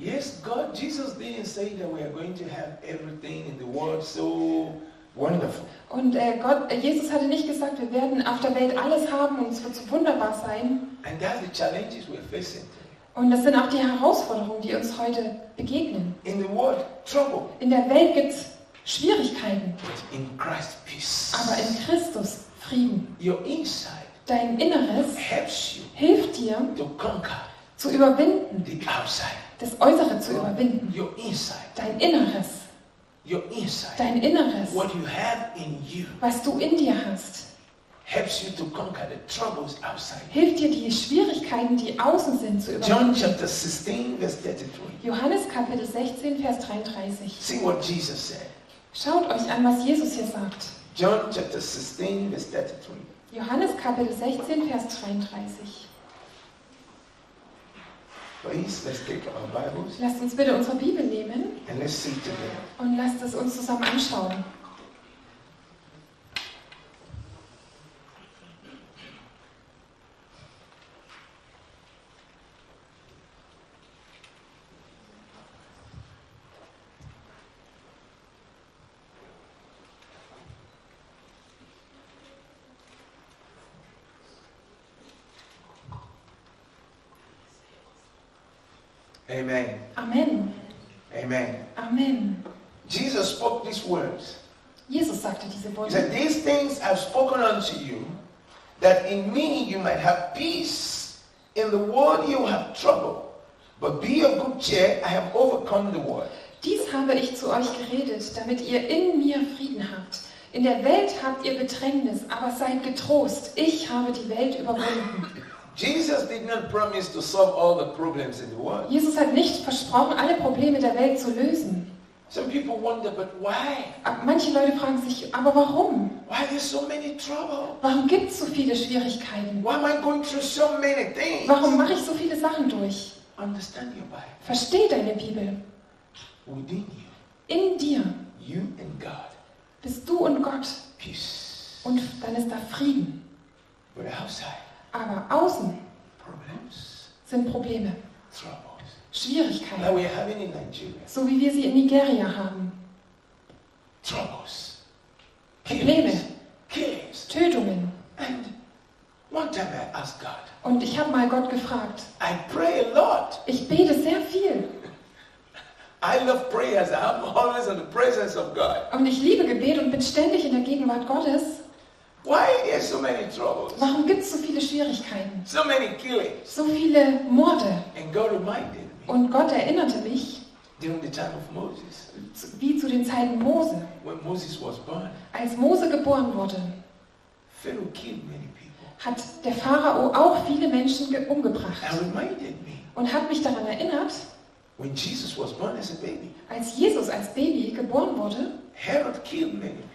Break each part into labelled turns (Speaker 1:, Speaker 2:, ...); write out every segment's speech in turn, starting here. Speaker 1: Yes, God, Jesus didn't say that we are going to have everything in the world so wonderful.
Speaker 2: Und äh, Gott, äh, Jesus hatte nicht gesagt, wir werden auf der Welt alles haben und es wird so wunderbar sein.
Speaker 1: And that's the challenges we're facing today.
Speaker 2: Und das sind auch die Herausforderungen, die uns heute begegnen.
Speaker 1: In the world, trouble,
Speaker 2: In der Welt gibt es Schwierigkeiten,
Speaker 1: but in Christ, peace.
Speaker 2: aber in Christus Frieden.
Speaker 1: Your inside
Speaker 2: Dein Inneres
Speaker 1: helps you
Speaker 2: hilft dir
Speaker 1: to conquer
Speaker 2: zu überwinden,
Speaker 1: the outside.
Speaker 2: das Äußere zu überwinden.
Speaker 1: Your inside,
Speaker 2: Dein Inneres,
Speaker 1: your inside,
Speaker 2: dein Inneres,
Speaker 1: what you have in you
Speaker 2: was du in dir hast,
Speaker 1: helps you to conquer the troubles outside.
Speaker 2: hilft dir die Schwierigkeiten, die außen sind, zu
Speaker 1: John
Speaker 2: überwinden.
Speaker 1: chapter 16, verse 33.
Speaker 2: Johannes Kapitel 16, Vers 33.
Speaker 1: See what Jesus said.
Speaker 2: Schaut euch an, was Jesus hier sagt.
Speaker 1: John chapter 16, verse 33.
Speaker 2: Johannes Kapitel 16, Vers 33.
Speaker 1: Please, let's take our Bibles
Speaker 2: Lasst uns bitte unsere Bibel nehmen
Speaker 1: and let's see together.
Speaker 2: und lasst es uns zusammen anschauen.
Speaker 1: Amen.
Speaker 2: Amen.
Speaker 1: Amen.
Speaker 2: Amen.
Speaker 1: Jesus spoke these words.
Speaker 2: Jesus sagte diese
Speaker 1: He said,
Speaker 2: Worte.
Speaker 1: These things I've spoken unto you, that in me you might have peace. In the world you have trouble. But be of good cheer, I have overcome the world.
Speaker 2: Dies habe ich zu euch geredet, damit ihr in mir Frieden habt. In der Welt habt ihr Bedrängnis, aber seid getrost. Ich habe die Welt überwunden.
Speaker 1: Jesus did not promise to solve all the problems in the world.
Speaker 2: Jesus hat nicht versprochen, alle Probleme der Welt zu lösen.
Speaker 1: Some people wonder, but why?
Speaker 2: Aber manche Leute fragen sich, aber warum?
Speaker 1: Why there's so many trouble?
Speaker 2: Warum gibt es so viele Schwierigkeiten?
Speaker 1: Why am I going through so many things?
Speaker 2: Warum mache ich so viele Sachen durch?
Speaker 1: Understand your Bible.
Speaker 2: Versteh deine Bibel.
Speaker 1: Within you,
Speaker 2: In dir
Speaker 1: you and God,
Speaker 2: bist du und Gott
Speaker 1: peace.
Speaker 2: und dann ist da Frieden.
Speaker 1: But outside,
Speaker 2: Aber außen
Speaker 1: problems,
Speaker 2: sind Probleme,
Speaker 1: troubles. Like
Speaker 2: Schwierigkeiten,
Speaker 1: we're having in Nigeria,
Speaker 2: so wie wir sie in Nigeria haben.
Speaker 1: troubles,
Speaker 2: Probleme,
Speaker 1: killings, killings.
Speaker 2: Tötungen.
Speaker 1: And one time I asked God,
Speaker 2: Und ich habe mal Gott gefragt.
Speaker 1: I pray a lot.
Speaker 2: Ich bete sehr viel
Speaker 1: I love prayers. I'm always in the presence of God.
Speaker 2: und ich liebe Gebet und bin ständig in der Gegenwart Gottes.
Speaker 1: Why are there so many troubles?
Speaker 2: Warum gibt es so viele Schwierigkeiten?
Speaker 1: So many killings.
Speaker 2: So viele Morde.
Speaker 1: And God reminded me
Speaker 2: Und Gott erinnerte mich,
Speaker 1: during the time of Moses,
Speaker 2: zu- wie zu den Zeiten Mose.
Speaker 1: when Moses was born,
Speaker 2: Als Mose geboren wurde,
Speaker 1: Pharaoh killed many people.
Speaker 2: hat der Pharao auch viele Menschen ge- umgebracht.
Speaker 1: And reminded me
Speaker 2: und hat mich daran erinnert,
Speaker 1: when Jesus was born as a baby,
Speaker 2: als Jesus als Baby geboren wurde,
Speaker 1: Herod killed many people,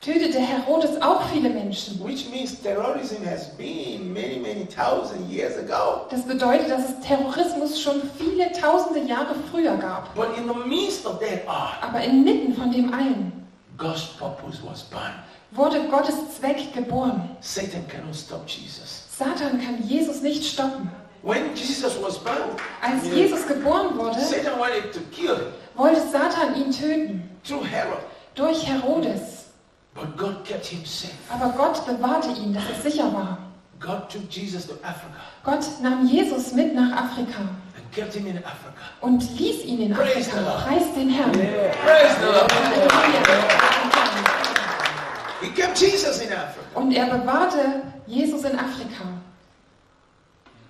Speaker 2: tötete Herodes auch viele Menschen.
Speaker 1: which means terrorism has been many, many thousand years ago.
Speaker 2: Das bedeutet, dass es Terrorismus schon viele tausende Jahre früher gab.
Speaker 1: But in the midst of that all,
Speaker 2: Aber inmitten von dem allen
Speaker 1: God's purpose was born.
Speaker 2: wurde Gottes Zweck geboren.
Speaker 1: Satan cannot stop Jesus.
Speaker 2: Satan kann Jesus nicht stoppen.
Speaker 1: When Jesus was born,
Speaker 2: Als
Speaker 1: yeah,
Speaker 2: Jesus geboren wurde,
Speaker 1: Satan wanted to kill him
Speaker 2: wollte Satan ihn töten
Speaker 1: through Herod,
Speaker 2: durch Herodes.
Speaker 1: but God kept him safe.
Speaker 2: Aber Gott bewahrte ihn, dass er sicher war.
Speaker 1: God took Jesus to Africa
Speaker 2: Gott nahm Jesus mit nach Afrika
Speaker 1: and kept him in Africa.
Speaker 2: und ließ ihn in
Speaker 1: Praise the
Speaker 2: Afrika.
Speaker 1: Lord.
Speaker 2: Preis den Herrn.
Speaker 1: Praise the Lord.
Speaker 2: Halleluja.
Speaker 1: He kept Jesus in Africa.
Speaker 2: Und er bewahrte Jesus in Afrika,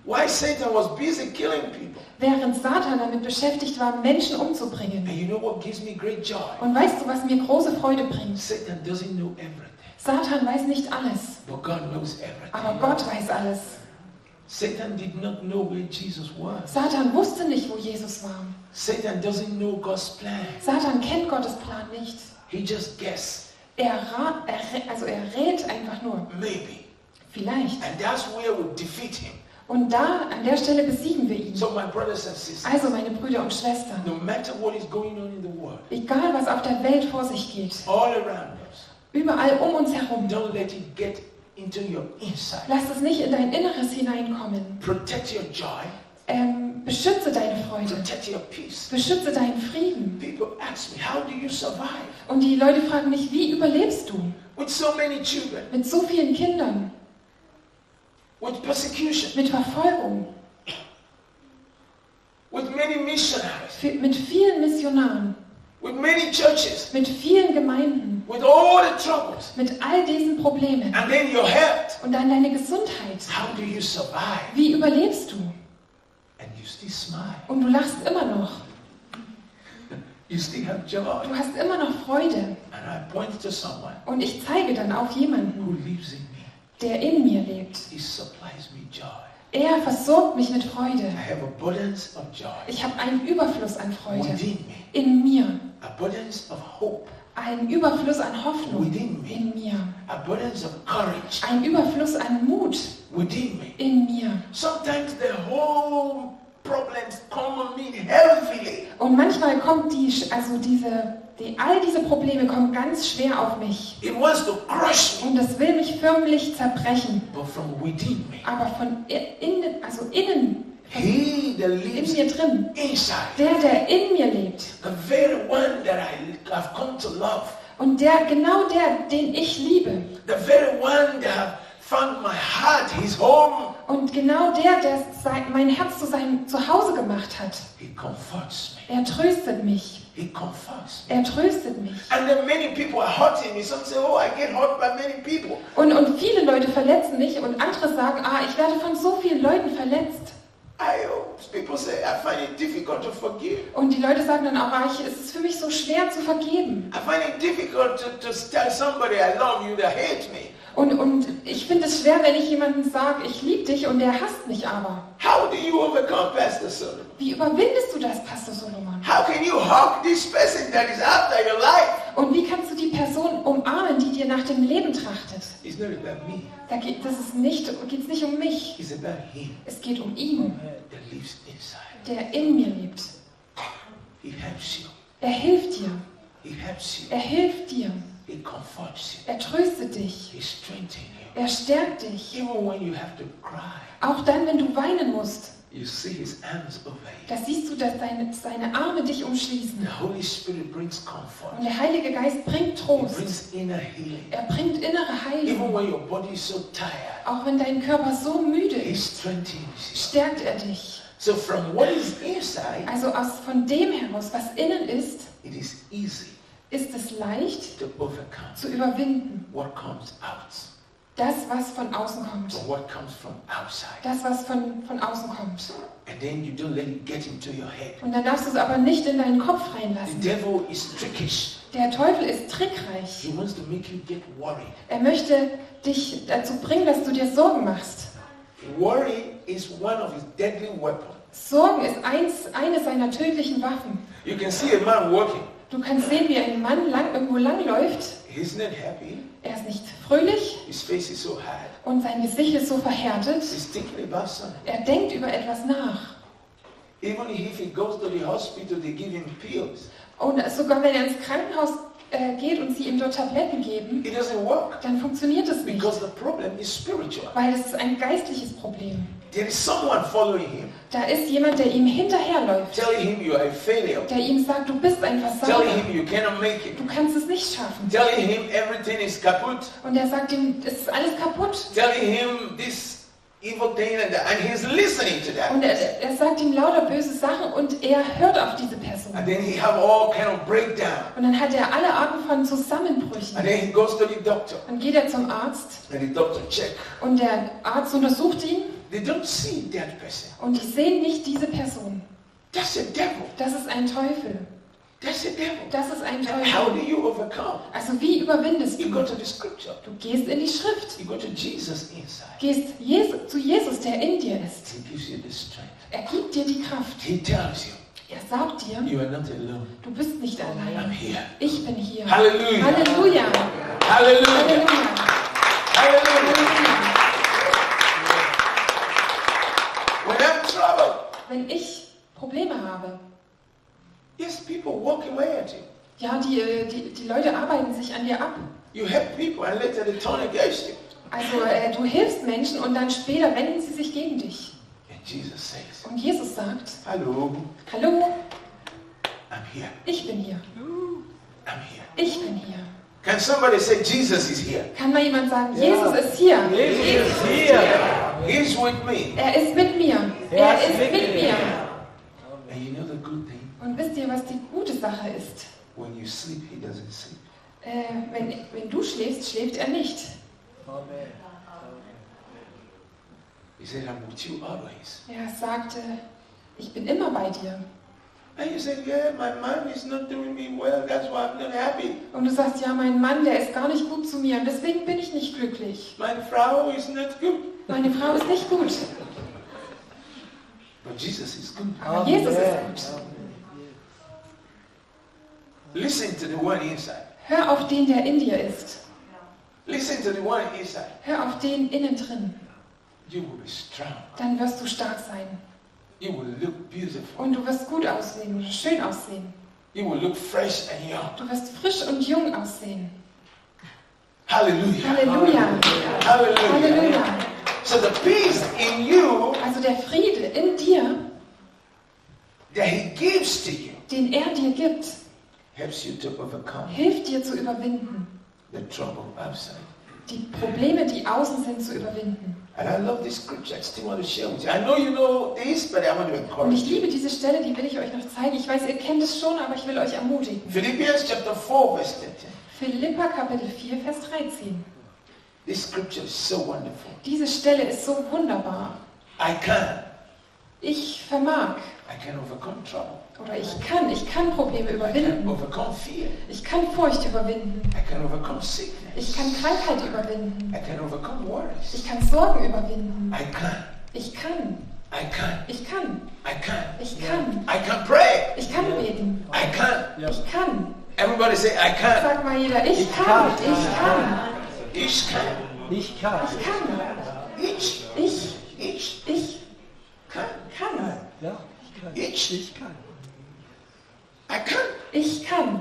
Speaker 1: Why Satan was busy killing people?
Speaker 2: während Satan damit beschäftigt war, Menschen umzubringen.
Speaker 1: And you know what gives me great joy?
Speaker 2: Und weißt du, was mir große Freude bringt?
Speaker 1: Satan doesn't know everything,
Speaker 2: Satan weiß nicht alles,
Speaker 1: but God knows
Speaker 2: aber
Speaker 1: everything.
Speaker 2: Gott weiß alles.
Speaker 1: Satan did not know where Jesus was.
Speaker 2: Satan wusste nicht, wo Jesus war.
Speaker 1: Satan doesn't know God's plan.
Speaker 2: Satan kennt Gottes Plan nicht.
Speaker 1: He just guessed,
Speaker 2: Er, ra er, rä- also er rät einfach nur,
Speaker 1: maybe.
Speaker 2: vielleicht.
Speaker 1: And that's where we defeat him.
Speaker 2: Und da, an der Stelle besiegen wir ihn.
Speaker 1: So my brothers and sisters,
Speaker 2: Also meine Brüder und Schwestern,
Speaker 1: no matter what is going on in the world,
Speaker 2: Egal, was auf der Welt vor sich geht,
Speaker 1: all around us,
Speaker 2: überall um uns herum,
Speaker 1: don't let it get into your inside.
Speaker 2: lass es nicht in dein Inneres hineinkommen.
Speaker 1: Protect your joy.
Speaker 2: Ähm, Beschütze deine Freude.
Speaker 1: Protect your peace.
Speaker 2: Beschütze deinen Frieden.
Speaker 1: People ask me, how do you survive
Speaker 2: Und die Leute fragen mich, wie überlebst du
Speaker 1: with so many children,
Speaker 2: mit so vielen Kindern,
Speaker 1: with persecution,
Speaker 2: mit Verfolgung,
Speaker 1: with many missionaries,
Speaker 2: fi- mit vielen Missionaren,
Speaker 1: with many churches,
Speaker 2: mit vielen Gemeinden,
Speaker 1: with all the troubles,
Speaker 2: mit all diesen Problemen
Speaker 1: and then your health?
Speaker 2: und dann deine Gesundheit?
Speaker 1: How do you survive?
Speaker 2: Wie überlebst du?
Speaker 1: And you still smile.
Speaker 2: Und du lachst immer noch.
Speaker 1: You still have joy.
Speaker 2: Du hast immer noch Freude.
Speaker 1: And I point to someone
Speaker 2: Und ich zeige dann auf jemanden,
Speaker 1: who lives in me.
Speaker 2: der in mir lebt.
Speaker 1: He supplies me joy.
Speaker 2: Er versorgt mich mit
Speaker 1: I
Speaker 2: Freude.
Speaker 1: have abundance of joy
Speaker 2: Ich habe einen Überfluss an Freude
Speaker 1: within me.
Speaker 2: in mir,
Speaker 1: Abundance of hope
Speaker 2: einen Überfluss an Hoffnung
Speaker 1: within me.
Speaker 2: in mir,
Speaker 1: Abundance of courage
Speaker 2: einen Überfluss an Mut
Speaker 1: within me.
Speaker 2: in mir.
Speaker 1: Sometimes the whole problems come on me heavily.
Speaker 2: Und manchmal kommt die, also diese, die, all diese Probleme kommen ganz schwer auf mich.
Speaker 1: It wants to crush me.
Speaker 2: Und das will mich förmlich zerbrechen.
Speaker 1: But from within me,
Speaker 2: Aber von i- innen, also innen,
Speaker 1: he that
Speaker 2: in
Speaker 1: lives
Speaker 2: mir drin,
Speaker 1: inside,
Speaker 2: der, der in mir lebt
Speaker 1: the very one that I have come to love,
Speaker 2: und der, genau der, den ich liebe,
Speaker 1: the very one that have found my heart, his home,
Speaker 2: Und genau der, der sein, mein Herz zu seinem Zuhause gemacht hat,
Speaker 1: he comforts me.
Speaker 2: er tröstet mich.
Speaker 1: He comforts me.
Speaker 2: Er tröstet mich.
Speaker 1: And then many people are hurting me. Some say, oh, I get hurt by many people.
Speaker 2: Und, und viele Leute verletzen mich und andere sagen, ah, ich werde von so vielen Leuten verletzt.
Speaker 1: I, oh, people say, I find it difficult to forgive.
Speaker 2: Und die Leute sagen dann auch, ah, ich, es ist für mich so schwer zu vergeben.
Speaker 1: I find it difficult to, to tell somebody I love you that hates me.
Speaker 2: Und, und ich finde es schwer, wenn ich jemandem sage, ich liebe dich und der hasst mich aber.
Speaker 1: How do you overcome Pastor Solomon?
Speaker 2: Wie überwindest du das, Pastor Solomon?
Speaker 1: How can you hug this person that is after your life?
Speaker 2: Und wie kannst du die Person umarmen, die dir nach dem Leben trachtet?
Speaker 1: It's not about me.
Speaker 2: Da geht es nicht, geht's nicht um mich,
Speaker 1: It's about him
Speaker 2: es geht um ihn,
Speaker 1: that lives inside.
Speaker 2: der in mir lebt.
Speaker 1: He helps you.
Speaker 2: Er hilft dir.
Speaker 1: He helps you.
Speaker 2: Er hilft dir.
Speaker 1: He comforts
Speaker 2: Er tröstet dich.
Speaker 1: you. He strengthens you.
Speaker 2: Er stärkt dich.
Speaker 1: Even when you have to cry,
Speaker 2: Auch dann, wenn du weinen musst,
Speaker 1: you see his arms over you.
Speaker 2: da siehst du, dass seine, seine Arme dich
Speaker 1: The
Speaker 2: umschließen.
Speaker 1: Holy Spirit brings comfort.
Speaker 2: Und der Heilige Geist bringt
Speaker 1: He
Speaker 2: Trost.
Speaker 1: brings inner healing.
Speaker 2: Er bringt innere
Speaker 1: Even
Speaker 2: Heilung.
Speaker 1: when your body is so tired,
Speaker 2: Auch wenn dein Körper so müde
Speaker 1: he
Speaker 2: ist,
Speaker 1: strengthens
Speaker 2: stärkt er dich.
Speaker 1: you. So from what is inside,
Speaker 2: Also aus, von dem heraus, was innen ist,
Speaker 1: it is easy
Speaker 2: ist es leicht
Speaker 1: to overcome
Speaker 2: zu überwinden.
Speaker 1: what comes out.
Speaker 2: Das, was von außen kommt.
Speaker 1: But what comes from outside.
Speaker 2: Das, was von, von außen kommt.
Speaker 1: And then you don't let it get into your head.
Speaker 2: Und dann darfst du es aber nicht in deinen Kopf
Speaker 1: The
Speaker 2: reinlassen.
Speaker 1: devil is trickish.
Speaker 2: Der Teufel ist trickreich.
Speaker 1: He wants to make you get worried.
Speaker 2: Er möchte dich dazu bringen, dass du dir Sorgen machst.
Speaker 1: Worry is one of his deadly weapons.
Speaker 2: Sorgen ist eins, eine seiner tödlichen Waffen.
Speaker 1: You can see a man walking.
Speaker 2: Du kannst sehen, wie ein Mann lang, irgendwo langläuft.
Speaker 1: He's not happy.
Speaker 2: Er ist nicht fröhlich
Speaker 1: His face is so hard.
Speaker 2: und sein Gesicht ist so verhärtet.
Speaker 1: He's thinking about something.
Speaker 2: Er denkt über etwas nach.
Speaker 1: Even if he goes to the hospital, they give him pills.
Speaker 2: Und Oh, sogar wenn er ins Krankenhaus äh, geht und sie ihm dort Tabletten geben,
Speaker 1: It doesn't work
Speaker 2: dann funktioniert es nicht,
Speaker 1: because the problem is spiritual.
Speaker 2: weil es ist ein geistliches Problem.
Speaker 1: There is someone following him,
Speaker 2: Da ist jemand, der ihm hinterherläuft,
Speaker 1: telling him you are a failure,
Speaker 2: der ihm sagt, du bist ein
Speaker 1: telling
Speaker 2: Versager,
Speaker 1: him you cannot make it,
Speaker 2: du kannst es nicht schaffen.
Speaker 1: telling him everything is kaputt,
Speaker 2: Und er sagt ihm, es ist alles kaputt.
Speaker 1: telling him this evil thing and that, and he's listening to that.
Speaker 2: Und er, er sagt ihm lauter böse Sachen und er hört auf diese Person.
Speaker 1: And then he have all kind of breakdown.
Speaker 2: Und dann hat er alle Arten von
Speaker 1: And
Speaker 2: Zusammenbrüchen.
Speaker 1: then he goes to the doctor,
Speaker 2: Dann geht er zum Arzt
Speaker 1: and the doctor check.
Speaker 2: und der Arzt untersucht ihn
Speaker 1: They don't see that person.
Speaker 2: und die sehen nicht diese Person.
Speaker 1: That's a devil.
Speaker 2: Das ist ein Teufel.
Speaker 1: That's a devil.
Speaker 2: Das ist ein
Speaker 1: How do
Speaker 2: Teufel.
Speaker 1: you overcome?
Speaker 2: Also wie überwindest
Speaker 1: You go
Speaker 2: du?
Speaker 1: to the scripture.
Speaker 2: Du gehst in die Schrift.
Speaker 1: You go to Jesus inside.
Speaker 2: Gehst Jesu, zu Jesus, der in dir ist.
Speaker 1: He gives you the strength.
Speaker 2: Er gibt dir die Kraft.
Speaker 1: He tells you,
Speaker 2: Er sagt dir,
Speaker 1: you are not alone.
Speaker 2: du bist nicht
Speaker 1: I'm
Speaker 2: allein.
Speaker 1: here.
Speaker 2: Ich bin hier.
Speaker 1: Halleluja.
Speaker 2: Halleluja.
Speaker 1: Hallelujah.
Speaker 2: Halleluja.
Speaker 1: Hallelujah.
Speaker 2: Halleluja.
Speaker 1: When I'm troubled,
Speaker 2: Wenn ich Probleme habe,
Speaker 1: yes, people walk away at you.
Speaker 2: ja, die, äh, die, die Leute arbeiten sich an dir ab.
Speaker 1: You help people and later they turn against you.
Speaker 2: Also äh, du hilfst Menschen und dann später wenden sie sich gegen dich.
Speaker 1: And Jesus says,
Speaker 2: Und Jesus sagt,
Speaker 1: Hello,
Speaker 2: hallo,
Speaker 1: I'm here.
Speaker 2: ich bin hier.
Speaker 1: I'm here.
Speaker 2: Ich bin hier.
Speaker 1: Can somebody say Jesus is here?
Speaker 2: Kann mal jemand sagen, Jesus ist hier.
Speaker 3: Jesus ist hier.
Speaker 1: He's with me.
Speaker 2: Er ist mit mir.
Speaker 3: Er
Speaker 2: Er
Speaker 3: ist
Speaker 2: ist
Speaker 3: mit
Speaker 2: mit mir.
Speaker 1: And you know the good thing?
Speaker 2: Und wisst ihr, was die gute Sache ist?
Speaker 1: When you sleep, he doesn't sleep.
Speaker 2: Äh, wenn, wenn du schläfst, schläft er nicht.
Speaker 3: Amen.
Speaker 1: He said, I'm with you always.
Speaker 2: Er sagte, ich bin immer bei dir.
Speaker 1: And you said, yeah, my mom is not doing me well. That's why I'm not happy.
Speaker 2: Und du sagst, ja, mein Mann, der ist gar nicht gut zu mir und deswegen bin ich nicht glücklich.
Speaker 1: My Frau is not good.
Speaker 2: Meine Frau ist nicht gut.
Speaker 1: But Jesus is good.
Speaker 2: Aber
Speaker 3: Amen.
Speaker 2: Jesus ist gut.
Speaker 1: Listen to the one inside.
Speaker 2: Hör auf den, der in dir ist.
Speaker 1: Listen to the one inside.
Speaker 2: Hör auf den innen drin.
Speaker 1: You will be strong.
Speaker 2: Dann wirst du stark sein.
Speaker 1: You will look beautiful.
Speaker 2: Und du wirst gut aussehen oder schön aussehen.
Speaker 1: You will look fresh and young.
Speaker 2: Du wirst frisch und jung aussehen.
Speaker 1: Hallelujah.
Speaker 2: Halleluja.
Speaker 1: Hallelujah.
Speaker 2: Halleluja.
Speaker 1: So the peace in you
Speaker 2: Also der Friede in dir,
Speaker 1: that he gives to you
Speaker 2: den er dir gibt,
Speaker 1: helps you to overcome
Speaker 2: hilft dir zu überwinden.
Speaker 1: the trouble outside.
Speaker 2: Die Probleme, die außen sind, zu überwinden.
Speaker 1: And I love this scripture. I still want to share with you. I know you know this, but I want to
Speaker 2: Und
Speaker 1: encourage
Speaker 2: ich
Speaker 1: you.
Speaker 2: liebe diese Stelle, die will ich euch noch zeigen. Ich weiß, ihr kennt es schon, aber ich will euch ermutigen.
Speaker 1: Philippians chapter 4, verse 13.
Speaker 2: Philippa Kapitel 4, Vers 13.
Speaker 1: This scripture is so wonderful.
Speaker 2: Diese Stelle ist so wunderbar.
Speaker 1: I can.
Speaker 2: Ich vermag
Speaker 1: I can overcome trouble.
Speaker 2: oder ich kann, ich kann Probleme
Speaker 1: I can
Speaker 2: überwinden.
Speaker 1: overcome fear.
Speaker 2: Ich kann Furcht überwinden.
Speaker 1: I can overcome sickness.
Speaker 2: Ich kann Krankheit überwinden.
Speaker 1: I can overcome
Speaker 2: Ich
Speaker 1: worries.
Speaker 2: kann Sorgen überwinden.
Speaker 1: I can.
Speaker 2: Ich kann,
Speaker 1: I can.
Speaker 2: ich kann,
Speaker 1: I can.
Speaker 2: ich kann,
Speaker 1: I can pray.
Speaker 2: ich kann beten.
Speaker 1: I can.
Speaker 3: Ja.
Speaker 2: Ich kann.
Speaker 1: Everybody say I can.
Speaker 2: Sag mal jeder, ich kann, ich kann,
Speaker 1: Each can.
Speaker 3: Ich kann.
Speaker 2: ich kann.
Speaker 1: Each.
Speaker 2: Ich,
Speaker 1: Each
Speaker 2: ich
Speaker 1: can.
Speaker 2: kann.
Speaker 3: Ja, ich kann.
Speaker 1: Each.
Speaker 3: Ich kann.
Speaker 1: I can.
Speaker 2: Ich kann.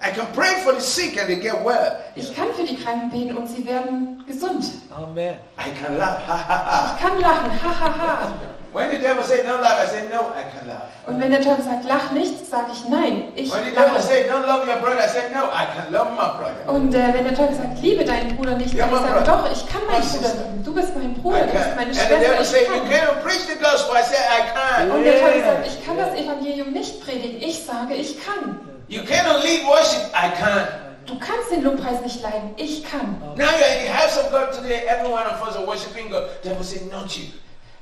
Speaker 1: I can pray for the sick and they get well.
Speaker 2: Ich kann für die Kranken beten und sie werden gesund.
Speaker 3: Amen.
Speaker 1: I can laugh. Ha ha ha.
Speaker 2: Ich kann lachen, ha ha ha.
Speaker 1: When the devil say don't laugh, I say no, I can laugh.
Speaker 2: Und wenn der Teufel sagt, lach nicht, sage ich nein, ich
Speaker 1: When the devil
Speaker 2: lache.
Speaker 1: say don't love your brother, I say no, I can love my brother.
Speaker 2: Und äh, wenn der Teufel sagt, liebe deinen Bruder nicht,
Speaker 1: Ja,
Speaker 2: dann
Speaker 1: mein
Speaker 2: sage ich
Speaker 1: Bruder.
Speaker 2: doch, ich kann meinen
Speaker 1: Was ist
Speaker 2: Bruder
Speaker 1: das?
Speaker 2: lieben. Du bist mein
Speaker 1: I
Speaker 2: Bruder, du bist
Speaker 1: can.
Speaker 2: meine
Speaker 1: And the devil
Speaker 2: Schwester,
Speaker 1: say
Speaker 2: ich
Speaker 1: you
Speaker 2: kann.
Speaker 1: can't preach the gospel, I say I can.
Speaker 2: Und der Teufel
Speaker 3: Yeah.
Speaker 2: sagt, ich kann das Evangelium nicht predigen, ich sage, ich kann.
Speaker 1: You cannot lead worship, I can.
Speaker 2: Du kannst den Lobpreis nicht leiden, ich kann.
Speaker 1: Now you're in the house of God today, every one of us are worshiping God. Devil say not you,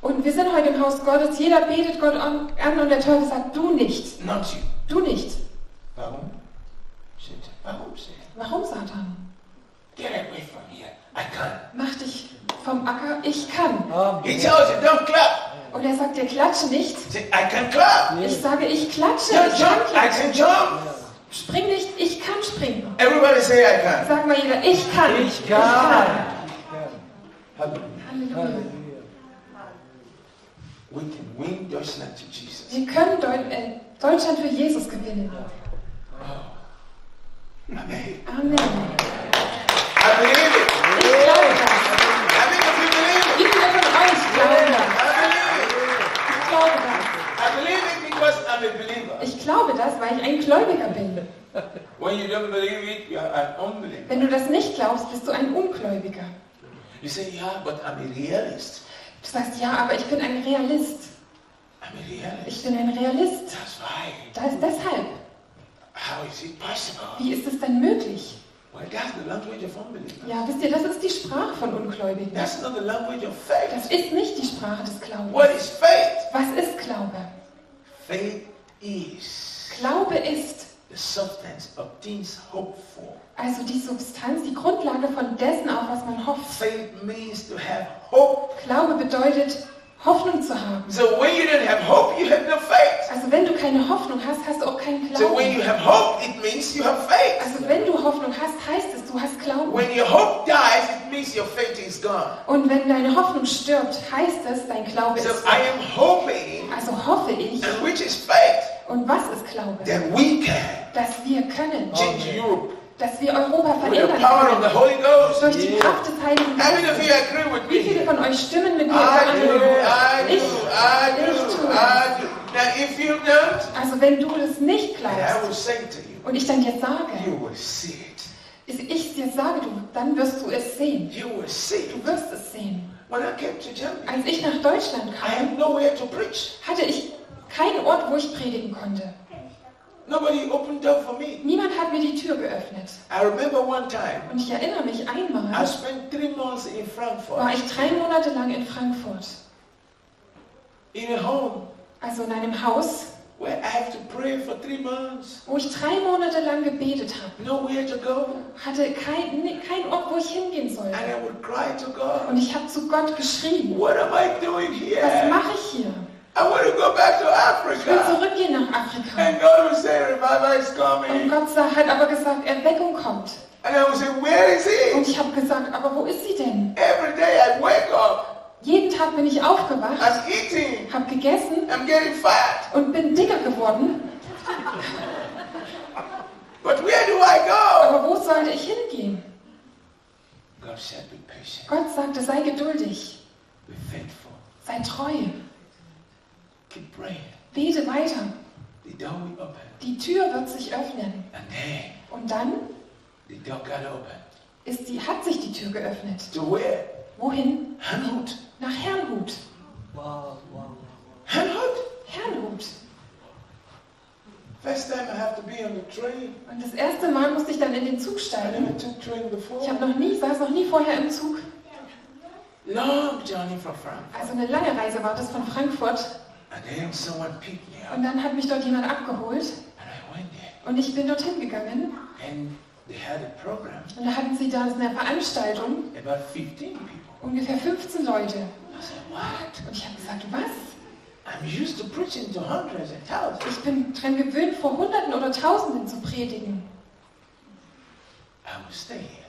Speaker 2: Und wir sind heute im Haus Gottes, jeder betet Gott an an und der Teufel sagt, du nicht,
Speaker 1: not you.
Speaker 2: du nicht.
Speaker 1: Warum? Satan. Warum, Satan?
Speaker 2: Warum, Satan?
Speaker 1: Get away from here. I can.
Speaker 2: Mach dich vom Acker, ich kann.
Speaker 1: He
Speaker 3: Amen.
Speaker 1: tells you, don't clap.
Speaker 2: Und er sagt dir, klatsche nicht.
Speaker 1: Say, I can clap.
Speaker 2: Ich sage, ich klatsche,
Speaker 1: Don't
Speaker 2: ich kann
Speaker 1: jump. I
Speaker 2: klatschen.
Speaker 1: can jump.
Speaker 2: Spring nicht, ich kann springen.
Speaker 1: Everybody say, I can.
Speaker 2: Sag mal jeder, ich kann.
Speaker 3: Ich kann. Ich kann.
Speaker 1: Hallelujah.
Speaker 2: Halleluja.
Speaker 3: Halleluja.
Speaker 1: We can win Deutschland to Jesus.
Speaker 2: Wir können Deu- äh, Deutschland für Jesus gewinnen.
Speaker 1: Amen.
Speaker 2: Amen.
Speaker 1: I believe it.
Speaker 2: Ich glaube das.
Speaker 1: I think if you believe it.
Speaker 2: Wie viele von euch glauben das?
Speaker 1: I believe it. I
Speaker 2: Ich glaube das.
Speaker 1: believe it because I'm a believer.
Speaker 2: Ich glaube das, weil ich ein Gläubiger bin.
Speaker 1: When you don't believe it, you are an unbeliever.
Speaker 2: Wenn du das nicht glaubst, bist du ein Ungläubiger.
Speaker 1: You say, yeah, but I'm a realist.
Speaker 2: Du sagst, ja, aber ich bin ein Realist.
Speaker 1: I'm a realist.
Speaker 2: Ich bin ein Realist.
Speaker 1: That's why.
Speaker 2: Das ist deshalb.
Speaker 1: How is it possible?
Speaker 2: Wie ist es denn möglich?
Speaker 1: Well, that's the language of unbelievers.
Speaker 2: Ja, wisst ihr, das ist die Sprache von Ungläubigen.
Speaker 1: That's not the language of
Speaker 2: Das
Speaker 1: faith.
Speaker 2: ist nicht die Sprache des Glaubens.
Speaker 1: What is faith?
Speaker 2: Was ist Glaube?
Speaker 1: Faith is
Speaker 2: Glaube ist
Speaker 1: the substance of things hoped for.
Speaker 2: also die Substanz, die Grundlage von dessen, auf was man hofft.
Speaker 1: Faith means to have hope.
Speaker 2: Glaube bedeutet, Hoffnung zu haben.
Speaker 1: So when you don't have hope, you have no faith.
Speaker 2: Also wenn du keine Hoffnung hast, hast du auch keinen
Speaker 1: So when you
Speaker 2: Glauben.
Speaker 1: have hope, it means you have faith.
Speaker 2: Also wenn du Hoffnung hast, heißt es, du hast Glauben.
Speaker 1: When your hope dies, it means your faith is gone.
Speaker 2: Und wenn deine Hoffnung stirbt, heißt es, dein Glaube
Speaker 1: So
Speaker 2: ist
Speaker 1: I am hoping,
Speaker 2: Also hoffe ich,
Speaker 1: and which is faith,
Speaker 2: und was ist Glaube?
Speaker 1: that we can
Speaker 2: Dass wir können,
Speaker 1: change Europe.
Speaker 2: dass wir Europa
Speaker 1: with the
Speaker 2: verändern
Speaker 1: power of
Speaker 2: können.
Speaker 1: the Holy Ghost.
Speaker 2: Durch die Kraft des Heiligen
Speaker 1: How many of
Speaker 2: Geistes.
Speaker 1: you agree with
Speaker 2: Wie
Speaker 1: me?
Speaker 2: viele von euch stimmen mit
Speaker 1: I
Speaker 2: mir
Speaker 1: do,
Speaker 2: überein?
Speaker 1: I do, I
Speaker 2: Ich
Speaker 1: do, I
Speaker 2: tue
Speaker 1: do. Now, if you don't,
Speaker 2: Also wenn du das nicht
Speaker 1: and I
Speaker 2: glaubst
Speaker 1: will say to you,
Speaker 2: und ich dann dir sage,
Speaker 1: you will see it.
Speaker 2: ich dir sage, du, dann wirst du es sehen.
Speaker 1: You will see it.
Speaker 2: Du wirst es sehen.
Speaker 1: When I came to Germany,
Speaker 2: Als ich nach
Speaker 1: I
Speaker 2: Deutschland kam,
Speaker 1: had nowhere to preach.
Speaker 2: hatte ich keinen Ort, wo ich predigen konnte.
Speaker 1: Nobody opened up for me.
Speaker 2: Niemand hat mir die Tür geöffnet.
Speaker 1: I remember one time,
Speaker 2: Und ich erinnere mich
Speaker 1: I
Speaker 2: einmal,
Speaker 1: spent three months in
Speaker 2: war
Speaker 1: Frankfurt,
Speaker 2: ich drei Monate lang in Frankfurt.
Speaker 1: in a home
Speaker 2: Also in einem Haus,
Speaker 1: where I have to pray for three months.
Speaker 2: wo ich drei Monate lang gebetet habe.
Speaker 1: Nowhere to go.
Speaker 2: Hatte keinen kein Ort, wo ich hingehen
Speaker 1: And
Speaker 2: sollte.
Speaker 1: I would cry to
Speaker 2: Und
Speaker 1: God,
Speaker 2: ich habe zu Gott geschrien.
Speaker 1: what am I doing
Speaker 2: Was
Speaker 1: here?
Speaker 2: mache ich hier?
Speaker 1: I want to go back to
Speaker 2: Ich will
Speaker 1: Africa.
Speaker 2: zurückgehen nach Afrika.
Speaker 1: And God would say, revival is
Speaker 2: Und
Speaker 1: coming.
Speaker 2: Gott sa- hat aber gesagt, Erweckung kommt.
Speaker 1: And I would say, where is
Speaker 2: Und
Speaker 1: it?
Speaker 2: ich habe gesagt, aber wo ist sie denn?
Speaker 1: Every day I wake up,
Speaker 2: Jeden Tag bin ich aufgewacht,
Speaker 1: I'm eating,
Speaker 2: habe gegessen
Speaker 1: I'm getting fat.
Speaker 2: und bin dicker geworden.
Speaker 1: But where do I go?
Speaker 2: Aber wo sollte ich hingehen?
Speaker 1: God said, be patient,
Speaker 2: Gott sagte, sei geduldig,
Speaker 1: be faithful,
Speaker 2: sei treu,
Speaker 1: keep praying.
Speaker 2: bete weiter.
Speaker 1: The door will open.
Speaker 2: Die Tür wird sich öffnen.
Speaker 1: And then
Speaker 2: Und dann
Speaker 1: the door got open.
Speaker 2: ist die, hat sich die Tür geöffnet.
Speaker 1: To where?
Speaker 2: Wohin?
Speaker 1: Hanhut.
Speaker 2: Nach Herrnhut.
Speaker 3: Wow, wow.
Speaker 1: Hanhut?
Speaker 2: Herrnhut.
Speaker 1: First time I have to be on the train.
Speaker 2: Und das erste Mal musste ich dann in den Zug
Speaker 1: I
Speaker 2: steigen.
Speaker 1: never took train
Speaker 2: Ich
Speaker 1: before.
Speaker 2: habe noch nie, saß noch nie vorher im Zug.
Speaker 1: Long journey from Frankfurt.
Speaker 2: Also eine lange Reise war das von Frankfurt.
Speaker 1: And then someone picked me up.
Speaker 2: Und dann hat mich dort jemand abgeholt.
Speaker 1: And I went there.
Speaker 2: Und ich bin dorthin gegangen.
Speaker 1: And they had a program.
Speaker 2: Und da hatten sie da eine Veranstaltung.
Speaker 1: About 15 people.
Speaker 2: Ungefähr 15 Leute.
Speaker 1: I said, what?
Speaker 2: Und ich habe gesagt, was?
Speaker 1: I'm used to preaching to hundreds and thousands.
Speaker 2: Ich bin dran gewöhnt, vor Hunderten oder Tausenden zu predigen.
Speaker 1: I will stay here.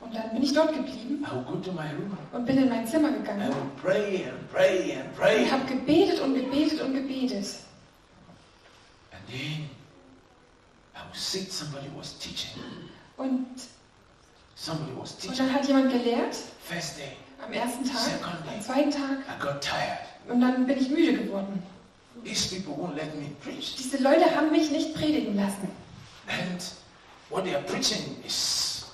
Speaker 2: Und dann bin ich dort geblieben
Speaker 1: I will go to my room.
Speaker 2: und bin in mein Zimmer
Speaker 1: I
Speaker 2: gegangen.
Speaker 1: will pray and pray and pray.
Speaker 2: Und habe gebetet und gebetet und gebetet.
Speaker 1: And then I will sit. Somebody was teaching.
Speaker 2: Und,
Speaker 1: Somebody was
Speaker 2: und
Speaker 1: teaching.
Speaker 2: dann hat jemand gelehrt,
Speaker 1: First day,
Speaker 2: am ersten Tag, am zweiten Tag.
Speaker 1: I got tired.
Speaker 2: Und dann bin ich müde geworden.
Speaker 1: These people won't let me preach.
Speaker 2: Diese Leute haben mich nicht predigen lassen.
Speaker 1: And what they are preaching is